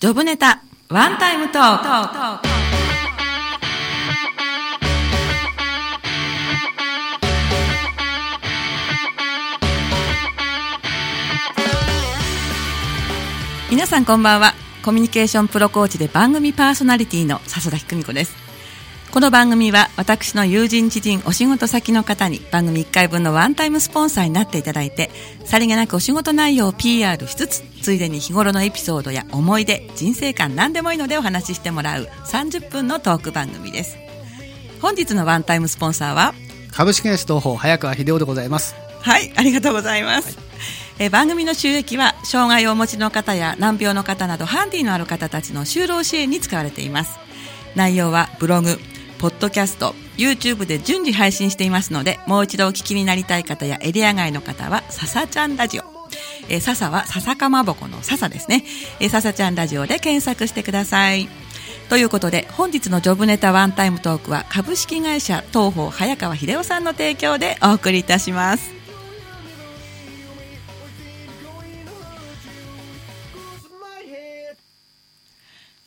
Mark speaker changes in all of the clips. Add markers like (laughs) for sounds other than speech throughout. Speaker 1: ジョブネタワンタイムトーク皆さんこんばんはコミュニケーションプロコーチで番組パーソナリティの笹崎久美子ですこの番組は私の友人知人お仕事先の方に番組1回分のワンタイムスポンサーになっていただいてさりげなくお仕事内容を PR しつつついでに日頃のエピソードや思い出人生観何でもいいのでお話ししてもらう30分のトーク番組です本日のワンタイムスポンサーは
Speaker 2: 株式会社東宝早川秀夫でございます
Speaker 1: はい、ありがとうございます。えー番組の収益は障害をお持ちの方や難病の方などハンディのある方たちの就労支援に使われています。内容はブログ、ポッドキャスト、YouTube で順次配信していますので、もう一度お聞きになりたい方やエリア外の方は、ささちゃんラジオ。えー、笹は笹かまぼこの笹ですね。えー、笹ちゃんラジオで検索してください。ということで、本日のジョブネタワンタイムトークは、株式会社東宝早川秀夫さんの提供でお送りいたします。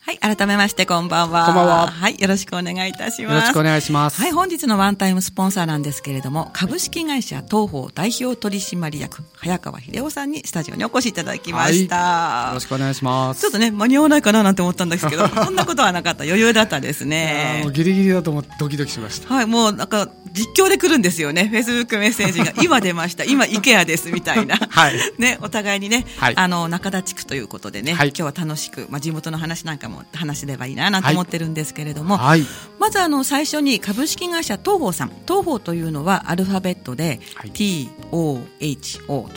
Speaker 1: はい、改めましてこんばんは。
Speaker 2: こんばんは
Speaker 1: はい、よろしくお願いいたし
Speaker 2: よ
Speaker 1: ます。
Speaker 2: ろしくお願いします、
Speaker 1: はい、本日のワンタイムスポンサーなんですけれども、株式会社東宝代表取締役、早川秀夫さんにスタジオにお越しいただきました。
Speaker 2: よろしくお願いします
Speaker 1: ちょっとね、間に合わないかななんて思ったんですけ
Speaker 2: (laughs)
Speaker 1: ど、そんなことはなかった。余裕だったです
Speaker 2: あーも
Speaker 1: ね。
Speaker 2: うギリギリだと思ってドキドキしました
Speaker 1: はい、もうなんか、実況で来るんですよね。Facebook メッセージ
Speaker 2: (laughs)
Speaker 1: が、今出ました。今、IKEA です、みたいな。
Speaker 2: はい
Speaker 1: ね、お互いにね、
Speaker 2: はい
Speaker 1: あの、中田地区ということでね、
Speaker 2: はい
Speaker 1: 今日は楽しく、まあ、地元の話なんかも話せればいいな、なんて思ってるんですけれども、
Speaker 2: はい
Speaker 1: まずあの最初に株式会社東宝さん東宝というのはアルファベットで
Speaker 2: はい
Speaker 1: TOHO と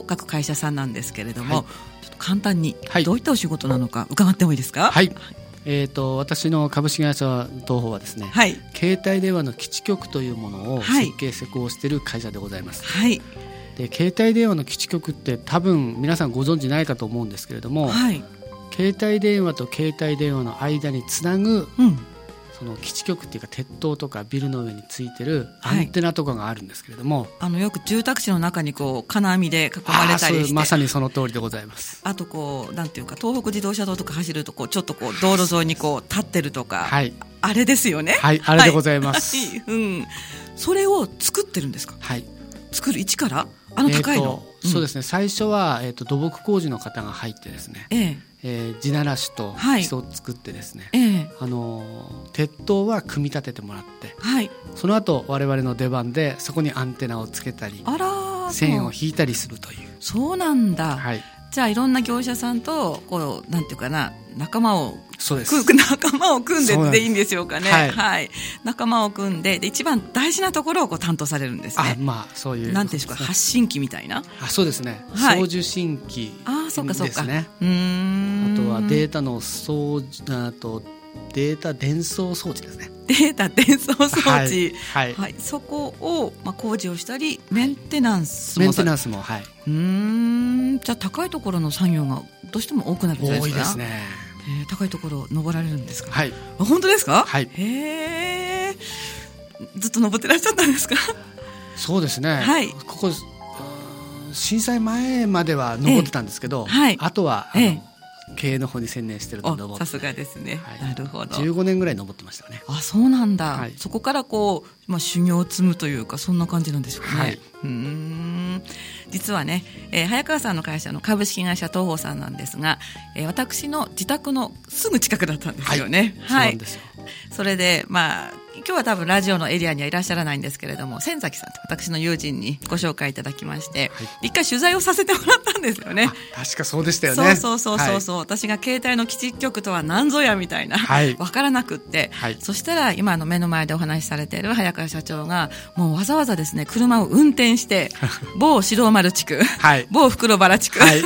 Speaker 1: と書く会社さんなんですけれども、
Speaker 2: はい
Speaker 1: ちょっと簡単に
Speaker 2: はい
Speaker 1: どういったお仕事なのか伺ってもいいですか
Speaker 2: はいえっ、と私の株式会社東宝はですね、
Speaker 1: はい
Speaker 2: 携帯電話の基地局というものを
Speaker 1: はい
Speaker 2: 設計施工している会社でございます、
Speaker 1: はい
Speaker 2: で携帯電話の基地局って多分皆さんご存知ないかと思うんですけれども、
Speaker 1: はい
Speaker 2: 携帯電話と携帯電話の間につなぐ
Speaker 1: うん
Speaker 2: その基地局っていうか鉄塔とかビルの上についてるア
Speaker 1: はい
Speaker 2: ンテナとかがあるんですけれども、
Speaker 1: あのよく住宅地の中にこう金網で囲ま
Speaker 2: あ
Speaker 1: れ
Speaker 2: ー
Speaker 1: た
Speaker 2: そう
Speaker 1: りして
Speaker 2: まさにその通りでございます
Speaker 1: あとこうなんていうか東北自動車道とか走るとこうちょっとこう道路沿いにこう立ってるとか、
Speaker 2: はい
Speaker 1: あれですよね
Speaker 2: はいあれでございます
Speaker 1: はいうんそれを作ってるんですか
Speaker 2: はい
Speaker 1: 作る一からあの高いの、、
Speaker 2: えーとそうですすね最初は、えー、と土木工事の方が入ってですね、
Speaker 1: ええ
Speaker 2: えー地ならしと
Speaker 1: はい
Speaker 2: 基礎を作ってですね、
Speaker 1: ええ
Speaker 2: あのー鉄塔は組み立ててもらって
Speaker 1: はい
Speaker 2: その後我々の出番でそこにアンテナをつけたり
Speaker 1: あらー
Speaker 2: 線
Speaker 1: そ
Speaker 2: を
Speaker 1: う
Speaker 2: 引いたりするという、
Speaker 1: そうなんだ、
Speaker 2: はい、
Speaker 1: じゃあいろんな業者さんとこうなんていうかな仲間を
Speaker 2: そうです
Speaker 1: く仲間を組んで
Speaker 2: そうなん
Speaker 1: で
Speaker 2: です
Speaker 1: いいんでしょうかね
Speaker 2: はい
Speaker 1: 仲間を組んでで一番大事なところをこう担当されるんです
Speaker 2: あ
Speaker 1: ね
Speaker 2: まあそういう
Speaker 1: なんていうんですか
Speaker 2: そう
Speaker 1: 発信機みたいな
Speaker 2: あそうですね、
Speaker 1: はい
Speaker 2: 送受信機
Speaker 1: ああそうかそう
Speaker 2: で
Speaker 1: か
Speaker 2: す
Speaker 1: う
Speaker 2: ね
Speaker 1: ーん
Speaker 2: あとはデ
Speaker 1: デ
Speaker 2: ータの送受あとデータ伝送装置ですね
Speaker 1: ータ伝送装置、はい
Speaker 2: はい、はい、
Speaker 1: そこを、まあ、工事をしたりメンテナンスも
Speaker 2: メンテナ
Speaker 1: ン
Speaker 2: ンスもはいう
Speaker 1: ーんじゃあ高いところの作業がどうしても多くなるじゃない
Speaker 2: 多
Speaker 1: で
Speaker 2: い
Speaker 1: すか
Speaker 2: ですね
Speaker 1: えー高いところを登られるんですか、
Speaker 2: はい
Speaker 1: あ本当ですか
Speaker 2: はい
Speaker 1: へえずっと登ってらっしゃったんですか
Speaker 2: そうですね、
Speaker 1: はい
Speaker 2: ここうーん震災前までは登ってたんですけど、
Speaker 1: ええはい
Speaker 2: あとはあの、
Speaker 1: ええ
Speaker 2: 経営の方に専念してるので
Speaker 1: お
Speaker 2: 登
Speaker 1: さ
Speaker 2: って
Speaker 1: すがですね、
Speaker 2: はい
Speaker 1: なるほど
Speaker 2: 15年ぐらい登ってましたね
Speaker 1: あそうなんだ、
Speaker 2: はい
Speaker 1: そこからこう、まあ、修行を積むというかそんな感じなんでしょうね、
Speaker 2: はいう
Speaker 1: ーん実はね、えー早川さんの会社の株式会社東宝さんなんですが、えー私の自宅のすぐ近くだったんですよね
Speaker 2: そうなんですよ
Speaker 1: それで、まあ、今日は多分ラジオのエリアにはいらっしゃらないんですけれども、千崎さんと私の友人にご紹介いただきまして、
Speaker 2: はい
Speaker 1: 一回取材をさせてもらったんですよね。
Speaker 2: あ確かそうでしたよ
Speaker 1: そう
Speaker 2: ね
Speaker 1: そうそうそうそう、私が携帯の基地局とは何ぞやみたいな、
Speaker 2: はい
Speaker 1: わからなくって、
Speaker 2: はい
Speaker 1: そしたら今あの目の前でお話しされている早川社長が、もうわざわざですね、車を運転
Speaker 2: (laughs)
Speaker 1: して、某指導丸地区、
Speaker 2: はい、はい
Speaker 1: 某袋原地区、
Speaker 2: は
Speaker 1: (laughs)
Speaker 2: いい、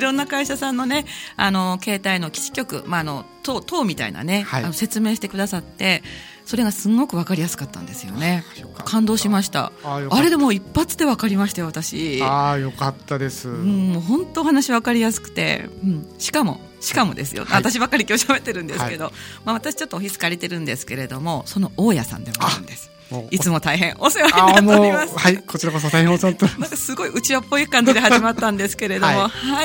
Speaker 1: ろんな会社さんのね、あの、携帯の基地局、まあ、あの、党、党みたいなね、
Speaker 2: はい
Speaker 1: あの説明してくださって、それがすごくわかりやすかったんですよね
Speaker 2: よかっ。た
Speaker 1: 感動しました。
Speaker 2: あ
Speaker 1: あ
Speaker 2: よかった
Speaker 1: れでもう一発でわかりましたよ、私。
Speaker 2: ああよかったです、
Speaker 1: うん、もう本当お話分かりやすくて、うん、しかもしかもですよ、
Speaker 2: はい
Speaker 1: 私ばっかり今日喋ってるんですけど、まあ、私ちょっとオフィス借りてるんですけれどもその大家さんでもあるんです
Speaker 2: もう
Speaker 1: いつも大変お世
Speaker 2: あ
Speaker 1: 話
Speaker 2: ー
Speaker 1: になってお
Speaker 2: も
Speaker 1: ります
Speaker 2: う。はいこちらこそ大変お世話になっておりま
Speaker 1: なんかすごいうちわっぽい感じで始まったんですけれども、は
Speaker 2: (laughs) は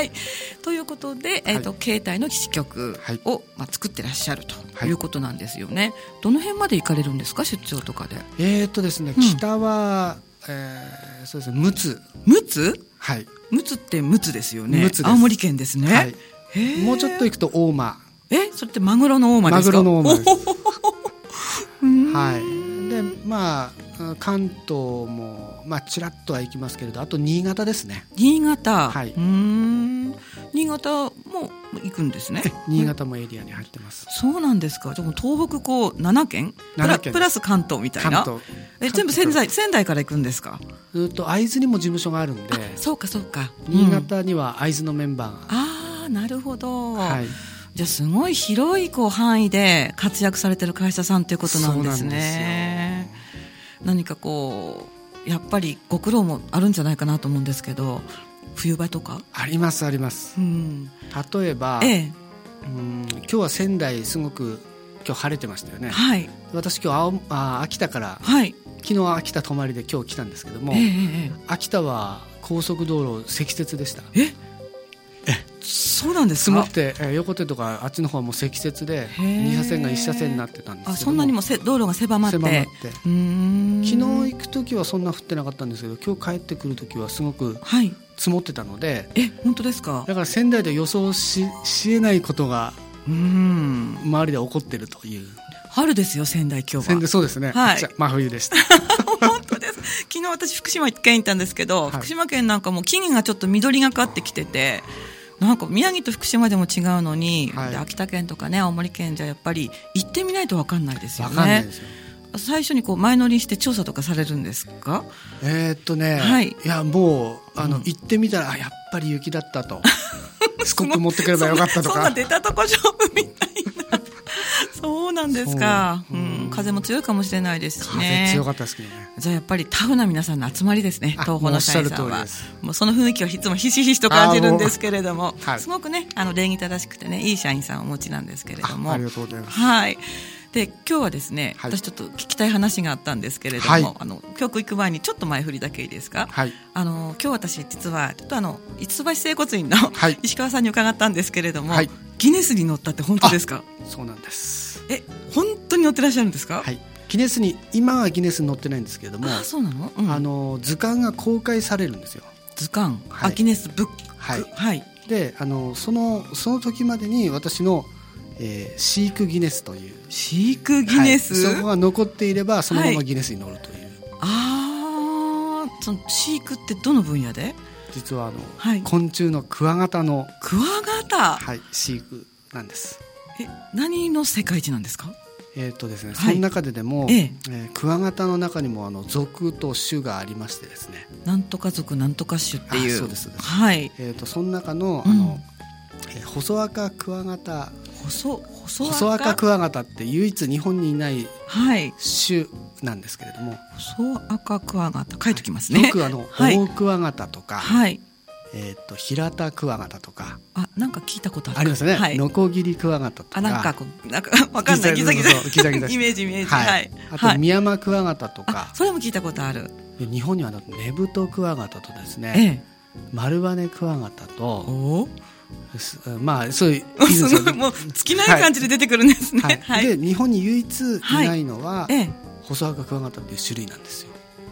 Speaker 1: い、
Speaker 2: い
Speaker 1: ということで、えっ、と、携帯の基地局
Speaker 2: はい
Speaker 1: を、まあ、作ってらっしゃると
Speaker 2: はい
Speaker 1: いうことなんですよね。どの辺まで行かれるんですか、出張とかで。
Speaker 2: すえーっとですね
Speaker 1: うん
Speaker 2: 北は、えーそうですね陸奥
Speaker 1: むつ。
Speaker 2: はい、
Speaker 1: むつってむつですよね。
Speaker 2: むつです
Speaker 1: 青森県ですね。
Speaker 2: はい
Speaker 1: へー
Speaker 2: もうちょっと行くと大間
Speaker 1: え、それってマグロの大間ですか。
Speaker 2: マグロの大間です
Speaker 1: おほほほほうーん
Speaker 2: (laughs) はいでまあ関東もまあちらっとは行きますけれどあと新潟です
Speaker 1: (laughs)
Speaker 2: ね
Speaker 1: 新潟。
Speaker 2: はいう
Speaker 1: ーん。新潟も行くんですね。
Speaker 2: 新潟もエリアに入ってます
Speaker 1: そうなんですか。でも東北こう七県プラ
Speaker 2: 7県
Speaker 1: プラス関東みたい
Speaker 2: 関
Speaker 1: な。
Speaker 2: 東
Speaker 1: え全部仙台仙台から行くんですか。
Speaker 2: ずーっと会津にも事務所があるんで
Speaker 1: あそうかそうか。
Speaker 2: 新
Speaker 1: うん
Speaker 2: 潟には会津のメンバーが、
Speaker 1: ああなるほど。
Speaker 2: はい
Speaker 1: じゃあすごい広いこう範囲で活躍されてる会社さんということなんですね。何かこうやっぱりご苦労もあるんじゃないかなと思うんですけど冬場とか。
Speaker 2: ありますあります
Speaker 1: うん。
Speaker 2: 例えば、
Speaker 1: ええ
Speaker 2: うん今日は仙台すごく今日晴れてましたよね
Speaker 1: はい
Speaker 2: 私今日青あ秋田から
Speaker 1: はい。
Speaker 2: 昨日秋田泊まりで今日来たんですけども、
Speaker 1: えええ
Speaker 2: 秋田は高速道路積雪でした
Speaker 1: えええ。そうなんです
Speaker 2: 積も
Speaker 1: か
Speaker 2: っ。て、えー横手とかあっちの方はもう積雪
Speaker 1: へ
Speaker 2: で
Speaker 1: ー
Speaker 2: 2車線が1車線になってたんですけど
Speaker 1: あそんなにもせ道路が狭まって。
Speaker 2: 狭まって
Speaker 1: うーん
Speaker 2: 昨日行く時はそんな降ってなかったんですけど今日帰ってくる時はすごく
Speaker 1: はい
Speaker 2: 積もってたので
Speaker 1: え本当ですか
Speaker 2: だから仙台で予想ししえないことが
Speaker 1: うーん
Speaker 2: 周りで起こってるという
Speaker 1: 春ですよ仙台今日
Speaker 2: 仙
Speaker 1: は
Speaker 2: 台そうですね、
Speaker 1: はい
Speaker 2: じゃあ真冬でした
Speaker 1: 本当です昨日私福島県行ったんですけど、
Speaker 2: はい
Speaker 1: 福島県なんかもう木々がちょっと緑がかってきててなんか宮城と福島でも違うのに、
Speaker 2: はい
Speaker 1: で秋田県とかね青森県じゃやっぱり行ってみないと分かんないですよ
Speaker 2: わ
Speaker 1: ね
Speaker 2: かんないですよ
Speaker 1: 最初にこう前乗りして調査とかされるんですか
Speaker 2: えーっとね、
Speaker 1: はい
Speaker 2: い、やもうあの、
Speaker 1: うん
Speaker 2: 行ってみたらあやっぱり雪だった
Speaker 1: (laughs)
Speaker 2: とスコップ持ってくればよかったと
Speaker 1: そんなそ
Speaker 2: か
Speaker 1: んな出たとこ勝負みたいな (laughs) そうなんですかう、
Speaker 2: そうんうん
Speaker 1: 風も強いかもしれないですしね
Speaker 2: 風強かったですけどね
Speaker 1: じゃあやっぱりタフな皆さんの集まりですね
Speaker 2: あ
Speaker 1: 東方の社員さん
Speaker 2: もうお
Speaker 1: は
Speaker 2: っしゃる通り
Speaker 1: もうその雰囲気をいつもひしひしと感じるんですけれども
Speaker 2: あもうはい
Speaker 1: すごくねあの礼儀正しくてねいい社員さんをお持ちなんですけれども
Speaker 2: あありがとうございます
Speaker 1: はいで今日はですね、
Speaker 2: はい
Speaker 1: 私ちょっと聞きたい話があったんですけれども、
Speaker 2: はい
Speaker 1: あの曲行く前にちょっと前振りだけいいですか、
Speaker 2: はい
Speaker 1: あの今日私実はちょっとあの五つ橋整骨院の、
Speaker 2: はい
Speaker 1: (laughs) 石川さんに伺ったんですけれども、
Speaker 2: はい
Speaker 1: ギネスに乗ったって本当ですか
Speaker 2: そうなんです
Speaker 1: え本当に乗ってらっしゃるんですか、
Speaker 2: はいギネスに今はギネスに載ってないんですけれども
Speaker 1: あそうなの、うん
Speaker 2: あの図鑑が公開されるんですよ
Speaker 1: 図鑑、
Speaker 2: はい
Speaker 1: アキネスブック
Speaker 2: はい
Speaker 1: はい、
Speaker 2: であのそのその時までに私の、えー飼育ギネスという
Speaker 1: 飼育ギネス、
Speaker 2: はいそこ
Speaker 1: あ
Speaker 2: が残っていればそのま
Speaker 1: は
Speaker 2: ま
Speaker 1: い
Speaker 2: ギネスに乗るという、
Speaker 1: あーその飼育ってどの分野で
Speaker 2: 実はあの、
Speaker 1: はい
Speaker 2: 昆虫のクワガタの、
Speaker 1: クワガタ、
Speaker 2: はい、飼育なんです
Speaker 1: え何の世界一なんですか
Speaker 2: えーっとですね、
Speaker 1: はい
Speaker 2: その中ででも、
Speaker 1: え
Speaker 2: え
Speaker 1: え
Speaker 2: ークワガタの中にもあの属と種がありましてですね、
Speaker 1: なんとか族なんとか種っていう
Speaker 2: あそうですそうです
Speaker 1: はい
Speaker 2: えー、とその中の
Speaker 1: うん
Speaker 2: あの、えー細赤クワガタ
Speaker 1: 細細赤
Speaker 2: 細赤クワガタって唯一日本にいない
Speaker 1: はい
Speaker 2: 種なんですけれども、
Speaker 1: 細赤クワガタ書いときますね
Speaker 2: よくあの、
Speaker 1: はい
Speaker 2: オオクワガタとか、
Speaker 1: はい
Speaker 2: えー、と平田クワガタとか
Speaker 1: あなんか聞いたことある
Speaker 2: ありますよね、
Speaker 1: はい
Speaker 2: ノコギリクワガタとか
Speaker 1: あなんかこうなんか (laughs) わかんないギ
Speaker 2: ギ
Speaker 1: ザ
Speaker 2: ザ
Speaker 1: ギ
Speaker 2: ギ
Speaker 1: ザ
Speaker 2: ザギザギザ
Speaker 1: イメージイメージ
Speaker 2: は
Speaker 1: はいい、
Speaker 2: あと
Speaker 1: はい
Speaker 2: ミヤマクワガタとか
Speaker 1: あ、それも聞いたことある
Speaker 2: で日本にはあのネブトクワガタとですね、
Speaker 1: ええ
Speaker 2: 丸羽根クワガタ
Speaker 1: お
Speaker 2: と
Speaker 1: お (laughs)
Speaker 2: すまあそういう
Speaker 1: もう
Speaker 2: いるんです
Speaker 1: ご
Speaker 2: す
Speaker 1: い
Speaker 2: よ
Speaker 1: もう尽きない感じで出てくるんですね。
Speaker 2: は
Speaker 1: はいい。
Speaker 2: で日本に唯一いないのは、
Speaker 1: ええ、
Speaker 2: 細赤クワガタっていう種類なんですよ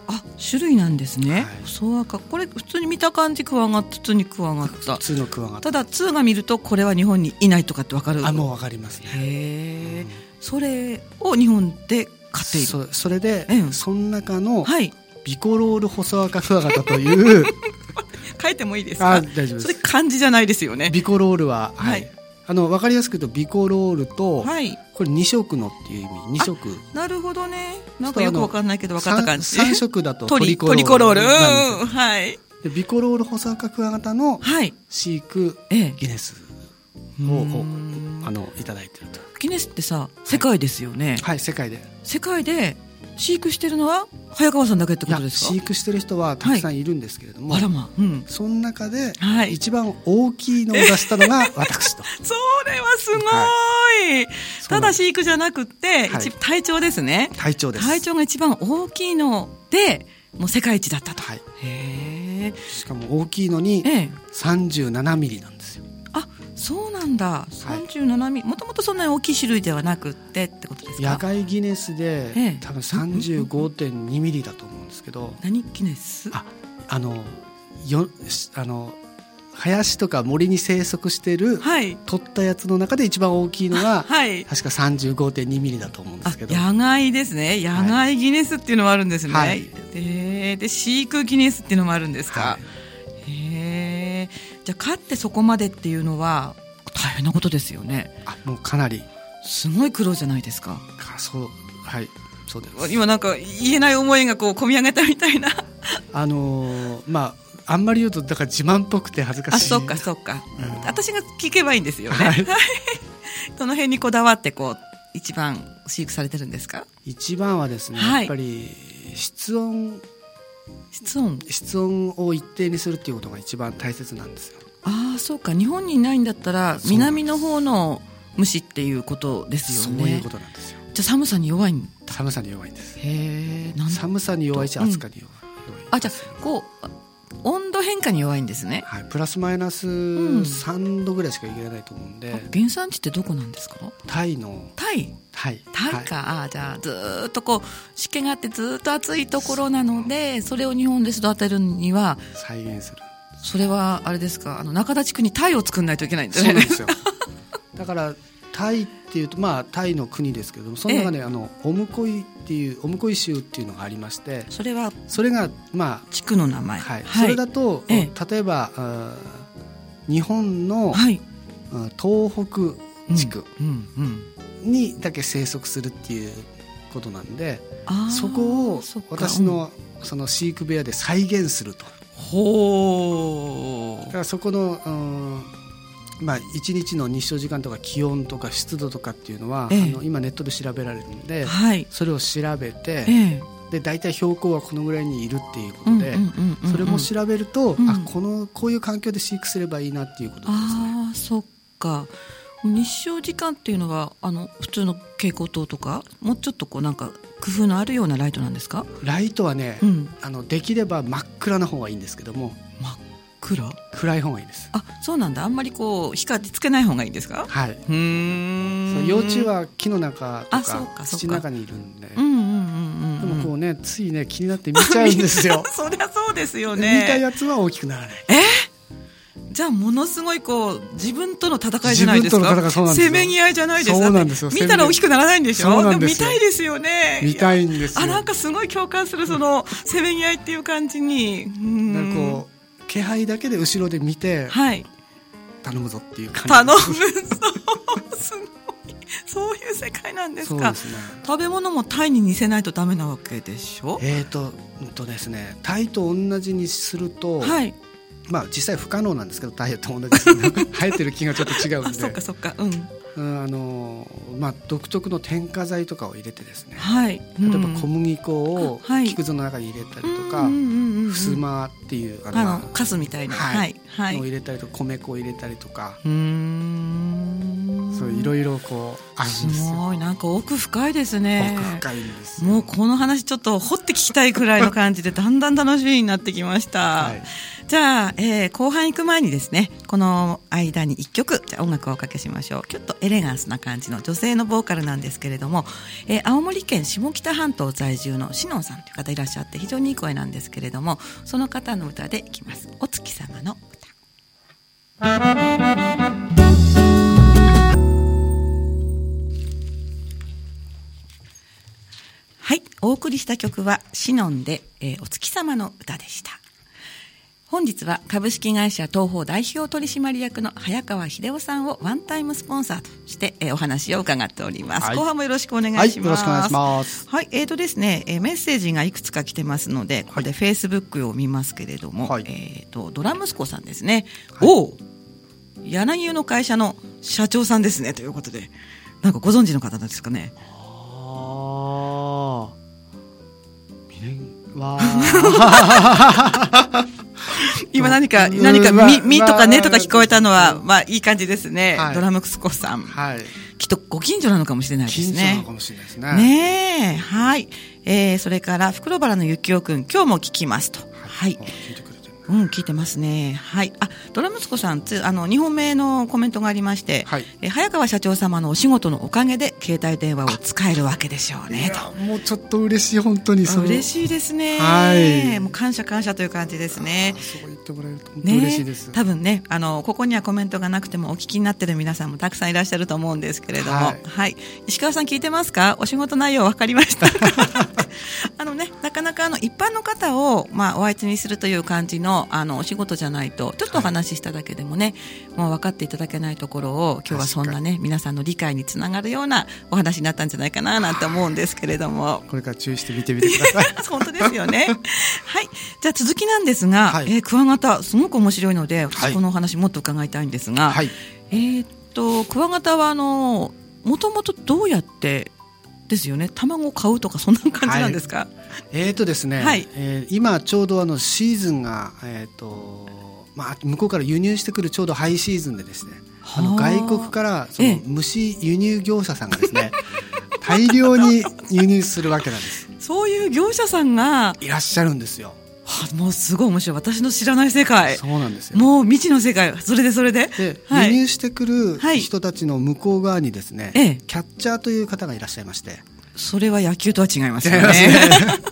Speaker 1: あ種類なんですね。
Speaker 2: はい
Speaker 1: そう赤これ普通に見た感じクワガタ普通にクワガタ
Speaker 2: 普。通のクワガタ
Speaker 1: ただ2が見るとこれは日本にいないとかってわかる。
Speaker 2: あもうわかりますね
Speaker 1: へえ、
Speaker 2: うん
Speaker 1: それを日本で買っている。
Speaker 2: そそれで、
Speaker 1: ええ
Speaker 2: その中の
Speaker 1: はい。
Speaker 2: ビコロール細赤クワガタという
Speaker 1: (laughs) 書いてもいいです
Speaker 2: あ
Speaker 1: か。
Speaker 2: 大丈夫
Speaker 1: そ
Speaker 2: で
Speaker 1: れ
Speaker 2: す
Speaker 1: 漢字じゃないですよね。
Speaker 2: ビコロールは、はい
Speaker 1: はい
Speaker 2: あの分かりやすく言うとビコロールと、
Speaker 1: はい。
Speaker 2: これ2色のっていう意味2色
Speaker 1: なるほどね。なんかよくわかんないけどわかった感じ。
Speaker 2: 3色だと
Speaker 1: (laughs) ト
Speaker 2: ト
Speaker 1: リ
Speaker 2: リ
Speaker 1: トリコ
Speaker 2: コ
Speaker 1: ロール。
Speaker 2: ロール
Speaker 1: う
Speaker 2: な
Speaker 1: ん
Speaker 2: ん
Speaker 1: はい。
Speaker 2: ですよでビコロール細赤クワガタの
Speaker 1: はい。
Speaker 2: 飼育
Speaker 1: ええ。
Speaker 2: ギネス
Speaker 1: う
Speaker 2: を
Speaker 1: ん
Speaker 2: をあのいただいてると
Speaker 1: ギネスってさ世界ですよね、
Speaker 2: はい世界で
Speaker 1: 世界で飼育してるのは早川さんだけって
Speaker 2: い
Speaker 1: こ
Speaker 2: や
Speaker 1: とです
Speaker 2: 飼
Speaker 1: か
Speaker 2: 育してる人はたくさんいるんですけれども、
Speaker 1: あらまうん
Speaker 2: その中で
Speaker 1: はい
Speaker 2: (laughs) 一番大きいのを出したのが私と、
Speaker 1: それはすごい、ただ飼育じゃなくて、
Speaker 2: はい
Speaker 1: 一体調ですね
Speaker 2: 体調です
Speaker 1: 体調が一番大きいのでもう世界一だったと、
Speaker 2: はい
Speaker 1: へえ
Speaker 2: しかも大きいのに
Speaker 1: ええ
Speaker 2: 37ミリなんですよ
Speaker 1: あそうなんだ37ミリもともとそんなに大きい種類ではなくってってことです
Speaker 2: 野
Speaker 1: か
Speaker 2: 外ギネスで、
Speaker 1: ええ
Speaker 2: 多分35.2ミリだと思うんですけど
Speaker 1: 何ギネス
Speaker 2: ああのよしあの林とか森に生息してる、
Speaker 1: はい
Speaker 2: 取ったやつの中で一番大きいのが、
Speaker 1: (laughs) はい
Speaker 2: 確か35.2ミリだと思うんで
Speaker 1: あ
Speaker 2: すけど
Speaker 1: 野外ですね野外ギネスっていうのもあるんですね、
Speaker 2: はい
Speaker 1: でで飼育ギネスっていうのもあるんですか
Speaker 2: は、
Speaker 1: へえじゃあ飼ってそこまでっていうのは大変なことですよね
Speaker 2: あもうかなり
Speaker 1: すごい苦労じゃないですか
Speaker 2: かそうはいそうです
Speaker 1: 今なんか言えない思いがこう込み上げたみたいな
Speaker 2: あのーまああんまり言うとだから自慢っぽくて恥ずかしい
Speaker 1: あそうかそうか、
Speaker 2: うん
Speaker 1: 私が聞けばいいんですよね、 (laughs)
Speaker 2: はい
Speaker 1: その辺にこだわってこう一番飼育されてるんですか
Speaker 2: 一番はですね、
Speaker 1: はい
Speaker 2: やっぱり室温
Speaker 1: 室温
Speaker 2: 室温を一定にするっていうことが一番大切なんですよ
Speaker 1: ああそうか日本にいないんだったら
Speaker 2: そうなんです
Speaker 1: 南の方の虫っていうことです
Speaker 2: そ
Speaker 1: よ
Speaker 2: う
Speaker 1: ね
Speaker 2: いうことなんですよ
Speaker 1: じゃあ寒さに弱いん
Speaker 2: 寒さに弱いんです
Speaker 1: へえなん
Speaker 2: 寒さに弱いし
Speaker 1: うん
Speaker 2: 暑さに弱い、
Speaker 1: あじゃあこうあ温度変化に弱いんですね、
Speaker 2: はい、プラスマイナス
Speaker 1: ん
Speaker 2: 3度ぐらいしかいけないと思うんで、
Speaker 1: あ原産地ってどこなんですか
Speaker 2: タイの
Speaker 1: タイ
Speaker 2: タイ
Speaker 1: タイか、あーじゃあずーっとこう湿気があってずーっと暑いところなのでそれを日本で育てるには
Speaker 2: 再現する
Speaker 1: それはあれですかあの中田地区にタイを作んないといけないんです
Speaker 2: そ
Speaker 1: ね
Speaker 2: うなんですよ (laughs) だからタイっていうとまあタイの国ですけどもその中で、あのオムコイっていうオムコイ州っていうのがありまして
Speaker 1: (laughs) それは
Speaker 2: それがま
Speaker 1: 地区の名前
Speaker 2: あ、はいそれだと、
Speaker 1: え
Speaker 2: 例えばあー日本の、
Speaker 1: はい
Speaker 2: あ東北地区
Speaker 1: うんうん
Speaker 2: にだけ生息するっていうことなんで、
Speaker 1: あー
Speaker 2: そこを
Speaker 1: そっか
Speaker 2: 私のその飼育部屋で再現すると
Speaker 1: ほ
Speaker 2: だ
Speaker 1: う
Speaker 2: からそこの、うんまあ、1日の日照時間とか気温とか湿度とかっていうのは、
Speaker 1: ええ
Speaker 2: あの今ネットで調べられるんで、
Speaker 1: はい
Speaker 2: それを調べて、
Speaker 1: ええ
Speaker 2: で大体標高はこのぐらいにいるっていうことで、
Speaker 1: うんうん
Speaker 2: それも調べると、
Speaker 1: うん
Speaker 2: あこのこういう環境で飼育すればいいなっていうことですね。
Speaker 1: ああそっか日照時間っていうのはあの普通の蛍光灯とかもうちょっとこうなんか工夫のあるようなライトなんですか
Speaker 2: ライトはね、
Speaker 1: うん
Speaker 2: あのできれば真っ暗な方がいいんですけども
Speaker 1: 真っ暗
Speaker 2: 暗い方がいいです。
Speaker 1: あそうなんだあんまりこう光つけない方がいいんですか
Speaker 2: はい、
Speaker 1: うー
Speaker 2: そ
Speaker 1: ん
Speaker 2: う幼虫は木の中と
Speaker 1: あそう
Speaker 2: か
Speaker 1: かそうか
Speaker 2: 土の中にいるんで、
Speaker 1: うんうんうんうん
Speaker 2: でもこ
Speaker 1: う。
Speaker 2: うねついね気になって見ちゃうんですよ
Speaker 1: (laughs) そりゃそうですよ
Speaker 2: 見た
Speaker 1: ね
Speaker 2: やつは大きくならない。
Speaker 1: じゃあものすごいこう自分との戦いじゃないですか
Speaker 2: 自分との戦いそうなんですよ
Speaker 1: せめぎ合いじゃないですか
Speaker 2: そうなんですよ
Speaker 1: 見たら大きくならないんでしょ
Speaker 2: そうなんです
Speaker 1: も
Speaker 2: よ
Speaker 1: 見たいですよね
Speaker 2: 見たいんですよ。
Speaker 1: あなんかすごい共感するそのせめぎ合いっていう感じにうん
Speaker 2: なんかこう気配だけで後ろで見て
Speaker 1: はい
Speaker 2: 頼むぞっていう感じ。
Speaker 1: 頼むそうすごいそういう世界なんです
Speaker 2: そう
Speaker 1: か
Speaker 2: ですね。
Speaker 1: 食べ物もタイに似せないとダメなわけでしょ
Speaker 2: えーとうんとですね、タイと同じにすると、
Speaker 1: はい
Speaker 2: まあ実際不可能なんですけどタイと同じ
Speaker 1: (laughs)
Speaker 2: にすると生えてる木がちょっと違うん
Speaker 1: あそっ
Speaker 2: で
Speaker 1: か、そっかうん
Speaker 2: うんあのーまあ独特の添加剤とかを入れてですね、
Speaker 1: はい
Speaker 2: 例えば小麦粉を
Speaker 1: あはい
Speaker 2: 木くずの中に入れたりとか、ふ
Speaker 1: ふ
Speaker 2: すまっていうあの
Speaker 1: あのカスみたいな
Speaker 2: はい
Speaker 1: はいはい
Speaker 2: のを入
Speaker 1: う
Speaker 2: れたりとか米粉を入れたりとか、
Speaker 1: ーん
Speaker 2: そういろいろこうある
Speaker 1: す
Speaker 2: んですよ。
Speaker 1: ごいなんか奥深いですね
Speaker 2: 奥深いんですよ。
Speaker 1: もうこの話ちょっと掘って聞きたいくらいの感じでだんだん楽しみになってきました、
Speaker 2: はい
Speaker 1: じゃあ、えー後半行く前にですねこの間に1曲じゃあ音楽をおかけしましょうちょっとエレガンスな感じの女性のボーカルなんですけれども、えー青森県下北半島在住のしのんさんという方いらっしゃって非常にいい声なんですけれどもその方の歌でいきます「お月様の歌」はい、お送りした曲はシノンで、えーお月様の歌でした。本日は株式会社東方代表取締役の早川秀夫さんをワンタイムスポンサーとして、えーお話を伺っております、
Speaker 2: はい
Speaker 1: 後半もよろしくお願いします。
Speaker 2: はいよろしくお願いします
Speaker 1: はい、えーとですね、えーメッセージがいくつか来てますので、ここでフェイスブックを見ますけれども、
Speaker 2: はい
Speaker 1: えーとドラ息子さんですね。
Speaker 2: はい
Speaker 1: おう柳生の会社の社長さんですねということで、なんかご存知の方なんですかね。
Speaker 2: ああ。未練は。
Speaker 1: 今何か、
Speaker 2: うん
Speaker 1: 何か、
Speaker 2: まあ
Speaker 1: み、みとかねとか聞こえたのは、
Speaker 2: うん
Speaker 1: まあ、いい感じですね。
Speaker 2: はい
Speaker 1: ドラムクスコさん。
Speaker 2: はい。
Speaker 1: きっとご近所なのかもしれないです
Speaker 2: 近所なの
Speaker 1: ね
Speaker 2: か。もしれないですね。
Speaker 1: ねえ、はい。えー、それから、袋原のゆきおくん、今日も聞きますと。はい
Speaker 2: あ。聞いてくれてる。
Speaker 1: うん、聞いてますね。はい。あ、ドラムスコさん、つ、あの、2本目のコメントがありまして、
Speaker 2: はい
Speaker 1: えー早川社長様のお仕事のおかげで、携帯電話を使えるわけでしょう
Speaker 2: い
Speaker 1: ね、と。
Speaker 2: やもうちょっと嬉しい本当に
Speaker 1: あ
Speaker 2: そ
Speaker 1: 嬉
Speaker 2: い
Speaker 1: しいですね。
Speaker 2: はい
Speaker 1: もう感謝感謝という感じですね。
Speaker 2: そう言ってもらえると本当
Speaker 1: ね
Speaker 2: 嬉しいです。
Speaker 1: 多分ね、あの、ここにはコメントがなくてもお聞きになってる皆さんもたくさんいらっしゃると思うんですけれども、は
Speaker 2: はいい。
Speaker 1: 石川さん聞いてますかお仕事内容わかりました。 (laughs) あのね、なかなかあの、一般の方を、まあ、おあいつにするという感じの、あの、お仕事じゃないと、ちょっとお話ししただけでもね、もう分かっていただけないところを、今日はそんなね、皆さんの理解につながるようなお話になったんじゃないかな、なんて思うんですけれども。
Speaker 2: これから注意して見てみてください。
Speaker 1: 本当ですよね。はい。じゃあ続きなんですが、
Speaker 2: はい
Speaker 1: えークワガタ、すごく面白いので、
Speaker 2: はい
Speaker 1: このお話もっと伺いたいんですが、
Speaker 2: はい。
Speaker 1: えーっと、クワガタは、あの、もともとどうやって、ですよね、卵を買うとか、そんな感じなんですか、
Speaker 2: えーとですね。
Speaker 1: はい
Speaker 2: えー今ちょうどあのシーズンがえっ、とまあ向こうから輸入してくるちょうどハイシーズンでですね。あの
Speaker 1: はあ
Speaker 2: 外国からそ
Speaker 1: ええ
Speaker 2: の虫輸入業者さんがですね。 (laughs) 大量に輸入するわけなんです。
Speaker 1: そういう業者さんが、
Speaker 2: いらっしゃるんですよ。
Speaker 1: はもうすごい面白い。私の知らない世界。
Speaker 2: そうなんですよ。
Speaker 1: もう未知の世界。それでそれで。
Speaker 2: で、
Speaker 1: はい
Speaker 2: 輸入してくる
Speaker 1: はい
Speaker 2: 人たちの向こう側にですね、
Speaker 1: ええ
Speaker 2: キャッチャーという方がいらっしゃいまして、
Speaker 1: それは野球とは違いますよ
Speaker 2: 違います
Speaker 1: ね。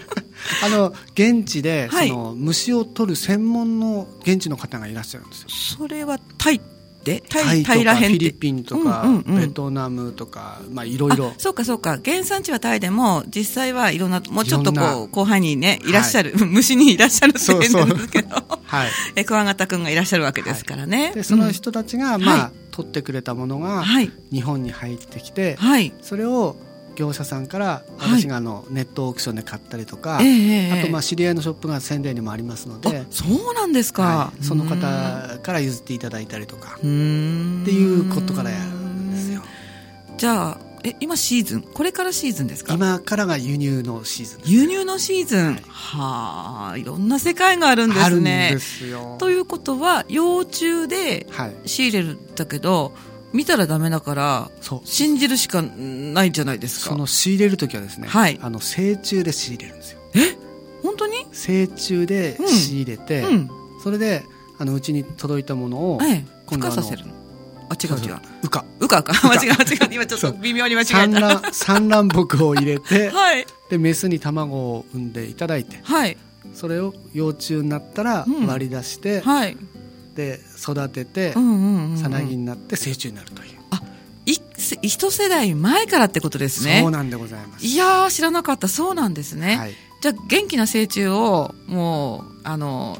Speaker 2: あの現地で、
Speaker 1: はい
Speaker 2: その虫を取る専門の現地の方がいらっしゃるんですよ。
Speaker 1: それはタイで
Speaker 2: タイと
Speaker 1: タイら
Speaker 2: かフ
Speaker 1: へんっ
Speaker 2: ィ
Speaker 1: て
Speaker 2: リピンとか、
Speaker 1: うんうんうん
Speaker 2: ベトナムとか、まあいろいろ
Speaker 1: あ。そうかそうか原産地はタイでも実際はいろんなもうちょっと
Speaker 2: い
Speaker 1: こ
Speaker 2: ろんな
Speaker 1: う後輩にねいらっしゃる、 (laughs) 虫にいらっしゃるって
Speaker 2: そう
Speaker 1: 言
Speaker 2: そう
Speaker 1: うんですけど
Speaker 2: はい。
Speaker 1: えクワガタ君がいらっしゃるわけですからね、
Speaker 2: でその
Speaker 1: うん
Speaker 2: 人たちが、まあ、
Speaker 1: は
Speaker 2: 取ってくれたものが
Speaker 1: はい
Speaker 2: 日本に入ってきて、
Speaker 1: はい
Speaker 2: それを業者さんから
Speaker 1: はい
Speaker 2: 私があのネットオークションで買ったりとか、
Speaker 1: ええええ
Speaker 2: あとまあ知り合いのショップが仙台にもありますので
Speaker 1: あ、そうなんですか、
Speaker 2: はいその方から譲っていただいたりとか
Speaker 1: うーん
Speaker 2: っていうことからやるんですよ
Speaker 1: じゃあえ今シーズンこれからシーズンですか
Speaker 2: 今からが輸入のシーズン
Speaker 1: 輸入のシーズンはあいろんな世界があるんですね
Speaker 2: あるんですよ
Speaker 1: ということは幼虫で
Speaker 2: はい
Speaker 1: 仕入れるんだけど見たらダメだから
Speaker 2: そう
Speaker 1: 信じるしかないんじゃないです
Speaker 2: そ
Speaker 1: か
Speaker 2: の仕入れる時はですね、
Speaker 1: はい
Speaker 2: あの成虫で仕入れるんですよ
Speaker 1: 本当に
Speaker 2: 成虫で
Speaker 1: うん
Speaker 2: 仕入れて、
Speaker 1: うん
Speaker 2: それであのうちに届いたものを、
Speaker 1: ええ孵
Speaker 2: 今度
Speaker 1: 化
Speaker 2: あの
Speaker 1: させるのあ違う違う
Speaker 2: うか
Speaker 1: うかうか (laughs) 間違う間違う今ちょっと微妙に間違
Speaker 2: 産
Speaker 1: えた (laughs)
Speaker 2: 卵産卵木を入れて
Speaker 1: はい
Speaker 2: でメスに卵を産んでいただいて
Speaker 1: はい
Speaker 2: それを幼虫になったら
Speaker 1: うん
Speaker 2: 割り出して、
Speaker 1: はい
Speaker 2: で育てて、
Speaker 1: うんうんうんうん
Speaker 2: さなぎになって成虫になるという、
Speaker 1: い一世代前からってことですね
Speaker 2: そうなんでございます
Speaker 1: いやー知らなかったそうなんですね、
Speaker 2: はい、
Speaker 1: じゃあ元気な成虫をもうあの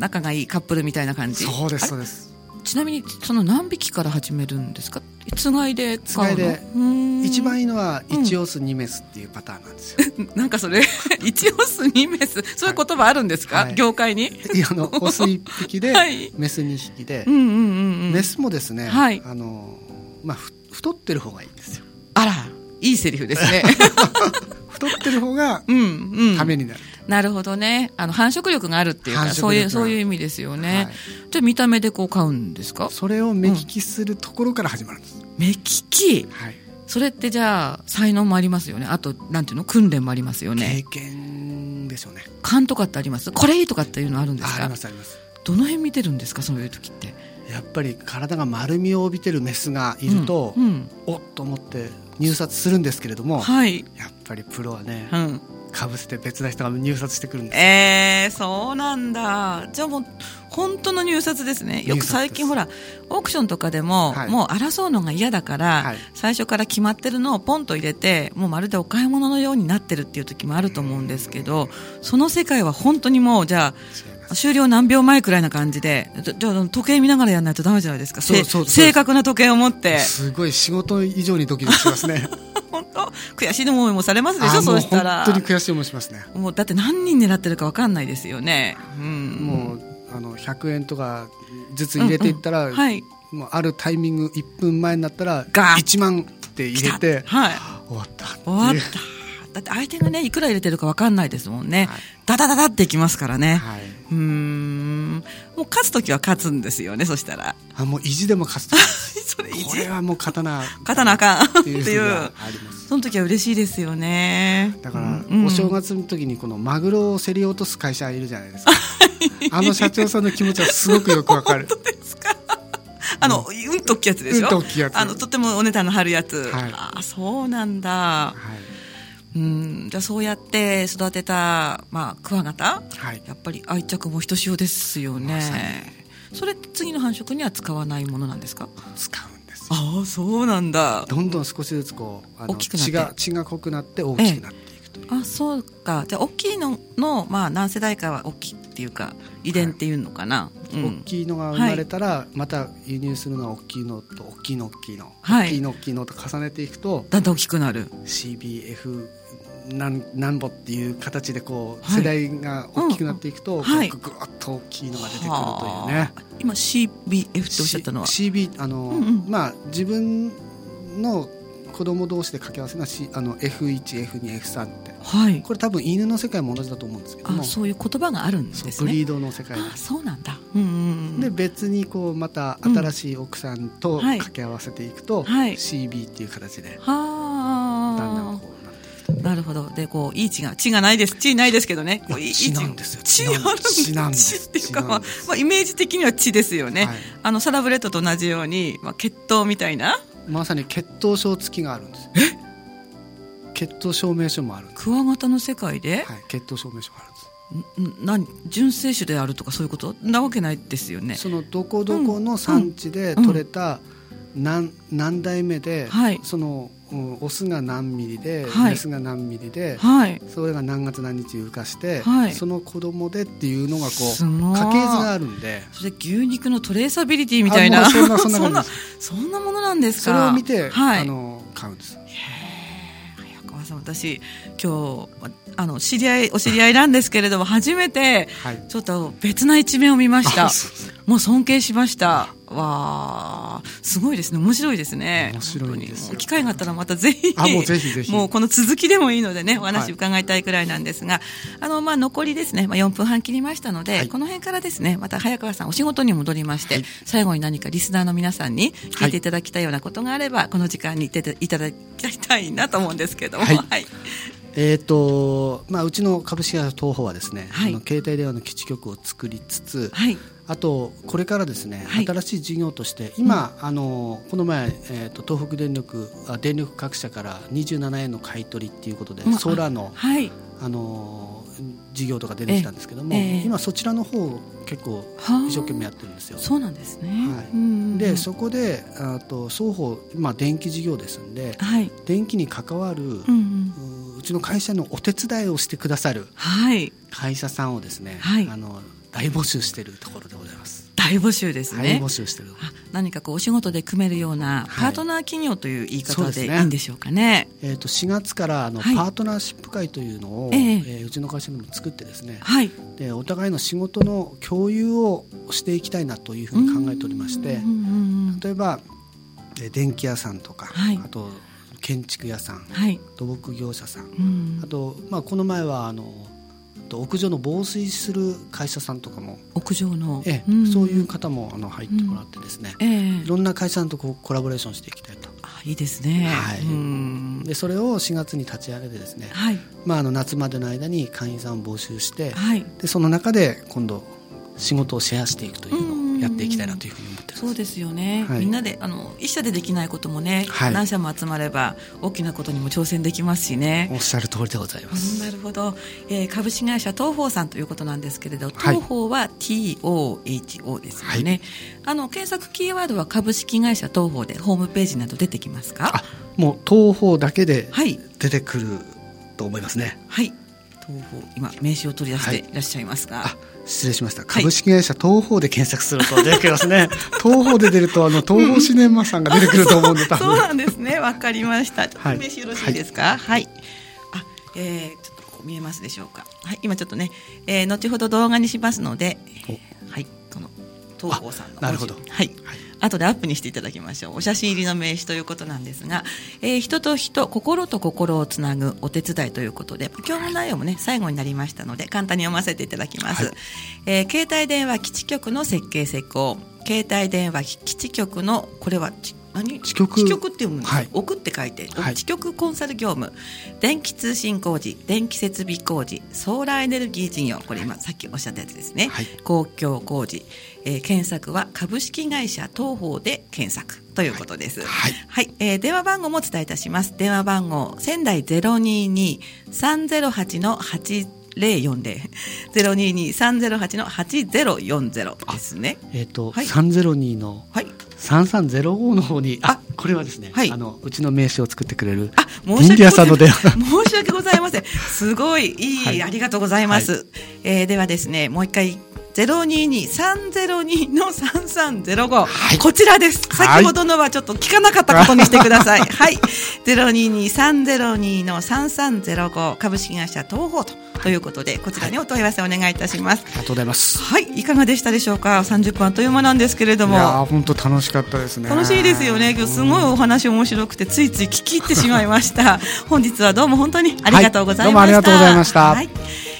Speaker 1: 仲がいいカップルみたいな感じ
Speaker 2: そうで
Speaker 1: あ
Speaker 2: す
Speaker 1: れ
Speaker 2: そうです
Speaker 1: ちなみにその何匹から始めるんですかつがいで買うの
Speaker 2: つがいで
Speaker 1: うーん
Speaker 2: 一番いいのは
Speaker 1: うん
Speaker 2: 1オス2メスっていうパターンなんです
Speaker 1: (laughs)
Speaker 2: よ
Speaker 1: なんかそれ一オス二メスそういう言葉あるんですか、
Speaker 2: はい
Speaker 1: 業界に
Speaker 2: いやあのオス1匹で、
Speaker 1: はい
Speaker 2: メス2匹で
Speaker 1: う、んうんうんうん
Speaker 2: メスもですね、
Speaker 1: はい
Speaker 2: あのまあ、ふ太ってる方がいいんですよ
Speaker 1: あらいいセリフです
Speaker 2: (laughs)
Speaker 1: ね
Speaker 2: 太ってる方が
Speaker 1: うんうん
Speaker 2: ためになる、
Speaker 1: なるほどねあの繁殖力があるっていうか
Speaker 2: 繁殖力
Speaker 1: そういうそういう意味ですよね、
Speaker 2: はい
Speaker 1: じゃあ見た目でこう買うんですか
Speaker 2: それを目利きするところから始まるんです、
Speaker 1: 目利き
Speaker 2: はい、
Speaker 1: それってじゃあ才能もありますよねあとなんていうの訓練もありますよね
Speaker 2: 経験でしょうね
Speaker 1: 勘とかってありますこれいいとかっていうのあるんです
Speaker 2: ああ
Speaker 1: か
Speaker 2: りますあります
Speaker 1: どの辺見てるんですかそういう時って
Speaker 2: やっぱり体が丸みを帯びてるメスがいると、
Speaker 1: うんうん
Speaker 2: おっと思って入札するんですけれども、
Speaker 1: はい、
Speaker 2: やっぱりプロはね
Speaker 1: うん、
Speaker 2: かぶせて別な人が入札してくるんです
Speaker 1: えー、そうなんだじゃあもう本当の入札ですねよく
Speaker 2: 入札です
Speaker 1: 最近ほらオークションとかでも、
Speaker 2: はい
Speaker 1: もう争うのが嫌だから、
Speaker 2: はい
Speaker 1: 最初から決まってるのをポンと入れてもうまるでお買い物のようになってるっていう時もあると思うんですけどその世界は本当にもうじゃあ終了何秒前くらいな感じでじゃじゃあ時計見ながらやらないとダメじゃないですか
Speaker 2: そう
Speaker 1: せ
Speaker 2: そうそう
Speaker 1: 正確な時計を持
Speaker 2: (laughs)
Speaker 1: って
Speaker 2: すごい仕事以上にドキドキ
Speaker 1: (laughs)
Speaker 2: しますね
Speaker 1: 本当悔しい思いもされますでし
Speaker 2: あ
Speaker 1: ょ
Speaker 2: ーも
Speaker 1: そううしたら
Speaker 2: 本当に悔しい思いしますね、
Speaker 1: もうだって何人狙ってるか分かんないですよね。うん、
Speaker 2: もうあの100円とかずつ入れていったら、
Speaker 1: うんうんはい
Speaker 2: もうあるタイミング1分前になったら
Speaker 1: ガーン
Speaker 2: 1万って入れ
Speaker 1: 来
Speaker 2: て
Speaker 1: たはい、
Speaker 2: 終わったっていう
Speaker 1: 終わっただって相手がねいくら入れてるか分かんないですもんね、
Speaker 2: はい
Speaker 1: ダダダダっていきますからね、
Speaker 2: はいう
Speaker 1: ーんもう勝つ時は勝つんですよねそした
Speaker 2: (laughs)
Speaker 1: ら
Speaker 2: あもう意地でも勝つと
Speaker 1: それ (laughs) 意
Speaker 2: こ
Speaker 1: 地
Speaker 2: れはもう勝たな
Speaker 1: 勝たなあかん
Speaker 2: っていう
Speaker 1: っていう
Speaker 2: のがあります
Speaker 1: その時は嬉しいですよね
Speaker 2: だから、
Speaker 1: うん
Speaker 2: お正月の時にこのマグロを競り落とす会社いるじゃない
Speaker 1: (laughs)
Speaker 2: ですかあの社長さんの気持ちはすごくよくわかる
Speaker 1: 本当ですか (laughs) あの、うん、と大きいやつでしょ
Speaker 2: うんと大きいやつ
Speaker 1: あのとてもお値段の張るやつ、
Speaker 2: はい
Speaker 1: ああそうなんだ
Speaker 2: はい、
Speaker 1: うんじゃあそうやって育てた、まあ、クワガタ
Speaker 2: はい、
Speaker 1: やっぱり愛着もひとしおですよ
Speaker 2: ま
Speaker 1: ね
Speaker 2: さに
Speaker 1: それ次の繁殖には使わないものなんですか
Speaker 2: 使うんですよ
Speaker 1: ああそうなんだ
Speaker 2: どんどん少しずつこうあ
Speaker 1: 大
Speaker 2: の
Speaker 1: きくなって
Speaker 2: 血が血が濃くなって大きくなっていくという、
Speaker 1: あそうかじゃあ大きいのの、まあ、何世代かは大きいっていうか遺伝っていうのかな、うん
Speaker 2: 大きいのが生まれたら、また輸入するのは大きいのと大きいの大きいの、
Speaker 1: はい
Speaker 2: 大きいの大きいのと重ねていくと
Speaker 1: だんだん大きくなる
Speaker 2: CBF なんなんぼっていう形でこう
Speaker 1: はい
Speaker 2: 世代が大きくなっていく
Speaker 1: う
Speaker 2: と、
Speaker 1: んはい
Speaker 2: こうぐわっと大きいのが出てくるという
Speaker 1: は
Speaker 2: ね。
Speaker 1: あ今 CBF っておっしゃったのは、
Speaker 2: C- CB あの、
Speaker 1: うんうん
Speaker 2: まあ自分の子供同士で掛け合わせなし、あの F1F2F3 って
Speaker 1: はい
Speaker 2: これ多分犬の世界も同じだと思うんですけども
Speaker 1: あそういう言葉があるんで
Speaker 2: そう
Speaker 1: す
Speaker 2: ブ
Speaker 1: ね
Speaker 2: リードの世界で
Speaker 1: あそうなんだうんうんうん
Speaker 2: で別にこうまた新しい奥さんと
Speaker 1: はい
Speaker 2: 掛け合わせていくと、
Speaker 1: はい
Speaker 2: CB っていう形でだんだん
Speaker 1: は
Speaker 2: こうなっていく
Speaker 1: あなるほどでこういい血が血がないです血ないですけどねこういい
Speaker 2: 血なんですよ
Speaker 1: 血ある
Speaker 2: 血なんで
Speaker 1: 血
Speaker 2: す
Speaker 1: っていうか、ま
Speaker 2: 血な
Speaker 1: あ
Speaker 2: んです
Speaker 1: まあ、イメージ的には血ですよね、
Speaker 2: はい
Speaker 1: あのサラブレッドと同じように、まあ、血統みたいな
Speaker 2: まさに血統証付きがあるんですよ血統証明書もあるんです、
Speaker 1: クワガタの世界で、
Speaker 2: はい、血統証明書があるんです
Speaker 1: ん何純正種であるとかそういうことなわけないですよね
Speaker 2: そのどこどこの産地で取れた何,、何代目で、
Speaker 1: はい
Speaker 2: その、うんオスが何ミリで、
Speaker 1: はい
Speaker 2: メスが何ミリで、
Speaker 1: はい
Speaker 2: それが何月何日に孵化して、
Speaker 1: はい
Speaker 2: その子供でっていうのがこ
Speaker 1: す
Speaker 2: う
Speaker 1: ごい
Speaker 2: 家系図があるんで
Speaker 1: それ牛肉のトレーサビリティみたいな
Speaker 2: あもうそんなそんな
Speaker 1: そん
Speaker 2: 感
Speaker 1: な
Speaker 2: じ
Speaker 1: (laughs) そんなものなんです
Speaker 2: そ
Speaker 1: か
Speaker 2: れを見て、
Speaker 1: はい、
Speaker 2: あの買うんです
Speaker 1: 早川さん私今日あの知り合いお知り合いなんですけれども初めて
Speaker 2: はい
Speaker 1: ちょっと別な一面を見ました
Speaker 2: あそうですか
Speaker 1: もう尊敬しましたわあすごいですね面白いですね
Speaker 2: 面白いで
Speaker 1: 本当
Speaker 2: すよ
Speaker 1: にもう機会があったらまたぜひ
Speaker 2: あもうぜひぜひ
Speaker 1: もうこの続きでもいいのでねお
Speaker 2: は
Speaker 1: 話
Speaker 2: い
Speaker 1: 伺いたいくらいなんですが、あのまあ残りですね、まあ、4分半切りましたので、
Speaker 2: はい
Speaker 1: この辺からですねまた早川さんお仕事に戻りまして、
Speaker 2: はい
Speaker 1: 最後に何かリスナーの皆さんに聞いていただきたいようなことがあれば、この時間に言っていただきたいなと思うんですけども
Speaker 2: はい
Speaker 1: はい
Speaker 2: (laughs) えーとまあ、うちの株式会社東宝はですね、
Speaker 1: はい
Speaker 2: あの携帯電話の基地局を作りつつ、
Speaker 1: はい
Speaker 2: あとこれからですね、
Speaker 1: はい
Speaker 2: 新しい事業として今、あのこの前、えー、と東北電力あ電力各社から27円の買い取りっていうことで、
Speaker 1: うん
Speaker 2: ソーラーの
Speaker 1: はい
Speaker 2: あの事業とか出てきたんですけども、
Speaker 1: ええええ
Speaker 2: 今そちらの方を結構
Speaker 1: はあ
Speaker 2: 一生懸命やってるんですよ。
Speaker 1: そうなんですね、
Speaker 2: はい
Speaker 1: うんうんうん
Speaker 2: でそこであと双方、まあ、電気事業ですんで
Speaker 1: はい、
Speaker 2: 電気に関わる、う
Speaker 1: うんうん、
Speaker 2: うちの会社のお手伝いをしてくださる
Speaker 1: はい
Speaker 2: 会社さんをですね、
Speaker 1: はい
Speaker 2: あの大募集しているところでございます。
Speaker 1: 大募集です
Speaker 2: 大
Speaker 1: ね
Speaker 2: 募集してる
Speaker 1: あ何かこうお仕事で組めるような
Speaker 2: はい
Speaker 1: パートナー企業という言い
Speaker 2: そう
Speaker 1: 方
Speaker 2: です
Speaker 1: でい
Speaker 2: ね
Speaker 1: いんでしょうかね。
Speaker 2: えー、と4月からあのパ
Speaker 1: はい
Speaker 2: ートナーシップ会というのを、
Speaker 1: え
Speaker 2: え
Speaker 1: え
Speaker 2: ーうちの会社でも作ってですね
Speaker 1: はい、
Speaker 2: でお互いの仕事の共有をしていきたいなというふうに考えておりまして
Speaker 1: うんうんうんうん
Speaker 2: 例えばえー電気屋さんとか、
Speaker 1: はい
Speaker 2: あと建築屋さん
Speaker 1: はい、
Speaker 2: 土木業者さん
Speaker 1: うん
Speaker 2: あ、と、まあ、この前はあのあと屋上の防水する会社さんとかも、
Speaker 1: 屋上の、
Speaker 2: ええ
Speaker 1: ん
Speaker 2: そういう方もあの入ってもらってですね、
Speaker 1: ええ
Speaker 2: いろんな会社さんとこうコラボレーションしていきたいと。
Speaker 1: あいいですね。
Speaker 2: はい
Speaker 1: うん
Speaker 2: でそれを4月に立ち上げてですね、
Speaker 1: はい
Speaker 2: まあ、あの夏までの間に会員さんを募集して、
Speaker 1: はい
Speaker 2: でその中で今度仕事をシェアしていくというのをやっていきたいなというふうに思ってます。
Speaker 1: そうですよね、
Speaker 2: はい
Speaker 1: みんなであの一社でできないこともね、
Speaker 2: はい
Speaker 1: 何社も集まれば大きなことにも挑戦できますしね。
Speaker 2: おっしゃる通りでございま
Speaker 1: うんな
Speaker 2: す。
Speaker 1: るほど、えー株式会社東宝さんということなんですけれど、
Speaker 2: はい
Speaker 1: 東宝は TOHO ですよね、
Speaker 2: はい
Speaker 1: あの検索キーワードは株式会社東宝でホームページなど出てきますか
Speaker 2: あ、もう東方だけで
Speaker 1: はい
Speaker 2: 出てくると思いますね。
Speaker 1: はい東宝今名刺を取り出し
Speaker 2: は
Speaker 1: て
Speaker 2: い
Speaker 1: いらっしゃいますが、
Speaker 2: あ、失礼しました。株式会社東方で検索すると出てきます
Speaker 1: (laughs)
Speaker 2: ね。東方で出るとあの東方シネマさんが出てくると思うんで、多
Speaker 1: そう
Speaker 2: 分。
Speaker 1: なんですね。わかりました。ちょっと
Speaker 2: はい
Speaker 1: 名刺よろしいですか。はい。あ、えー、ちょっとこう見えますでしょうか。はい。今ちょっとね、えー、後ほど動画にしますので、えーはい。この東宝さんの
Speaker 2: あなるほど
Speaker 1: 文字はい。
Speaker 2: はい
Speaker 1: 後でアップにしていただきましょうお写真入りの名刺ということなんですが、えー人と人心と心をつなぐお手伝いということで今日の内容もね最後になりましたので簡単に読ませていただきます、
Speaker 2: はい
Speaker 1: えー携帯電話基地局の設計施工携帯電話基地局のこれはち何
Speaker 2: 基局
Speaker 1: 基局って読むんですか、
Speaker 2: はい
Speaker 1: 置くって書いて、
Speaker 2: はい
Speaker 1: 基局コンサル業務電気通信工事電気設備工事ソーラーエネルギー事業これ今さっきおっしゃったやつですね、
Speaker 2: はい
Speaker 1: 公共工事、えー検索は株式会社東宝で検索ということです。
Speaker 2: はい
Speaker 1: はい、えー電話番号もお伝えいたします。電話番号仙台ゼロ二二三ゼロ八の八零四零 (laughs) ゼロ二二三ゼロ八の八ゼロ四ゼロですね。
Speaker 2: えっ、と、
Speaker 1: はい
Speaker 2: 三ゼロ二の
Speaker 1: はい。
Speaker 2: 三三ゼロ五の方に、あ、これはですね、
Speaker 1: はい
Speaker 2: あのうちの名刺を作ってくれる
Speaker 1: あ、申
Speaker 2: イン
Speaker 1: し訳ございません。
Speaker 2: ディアさんの電話。
Speaker 1: 申し訳ございません。すごいいい、
Speaker 2: はい
Speaker 1: ありがとうございます。えーではですね、もう一回。ゼロ二二三ゼロ二の三三ゼロ五
Speaker 2: はい
Speaker 1: こちらです。
Speaker 2: はい
Speaker 1: 先ほどのはちょっと聞かなかったことにしてくだ
Speaker 2: (laughs)
Speaker 1: さい。はい、ゼロ二二三ゼロ二の三三ゼロ五株式会社東宝とということでこちらにお問い合わせお願いいたします
Speaker 2: あ。りがとうございます。
Speaker 1: はい、いかがでしたでしょうか。三十分あっという間なんですけれど
Speaker 2: い
Speaker 1: も。
Speaker 2: やー、本当楽しかったですね。
Speaker 1: 楽しいですよね。今日すごいお話面白くてついつい聞き入ってしまいました。本日はどうも本当にありがとうございました。
Speaker 2: はいどうもありがとうございました
Speaker 1: はい、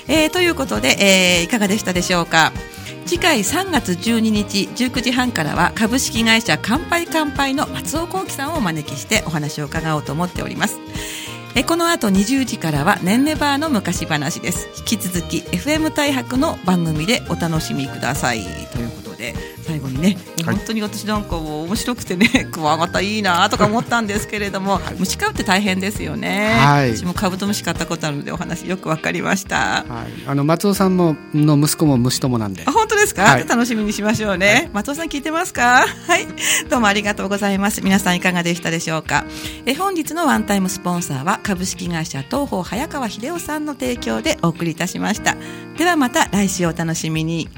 Speaker 1: えーということで、えーいかがでしたでしょうか。次回3月12日19時半からは株式会社乾杯乾杯の松尾幸喜さんをお招きしてお話を伺おうと思っております。えーこの後20時からはねんねバーの昔話です。引き続き FM 大白の番組でお楽しみくださいということで最後にね、もう
Speaker 2: はい
Speaker 1: 本当に私なんかもう面白くてね (laughs) クワガタいいなとか思ったんですけれども、虫飼うって大変ですよね。
Speaker 2: はい
Speaker 1: 私もカブトムシ飼ったことあるのでお話よくわかりました。
Speaker 2: はい、あの松尾さんもの息子も虫友なんで
Speaker 1: あ。本当ですか、
Speaker 2: はい
Speaker 1: 楽しみにしましょうね、松尾さん聞いてますかはいどうもありがとうございます皆さんいかがでしたでしょうかえ本日のワンタイムスポンサーは株式会社東宝早川秀夫さんの提供でお送りいたしましたではまた来週お楽しみに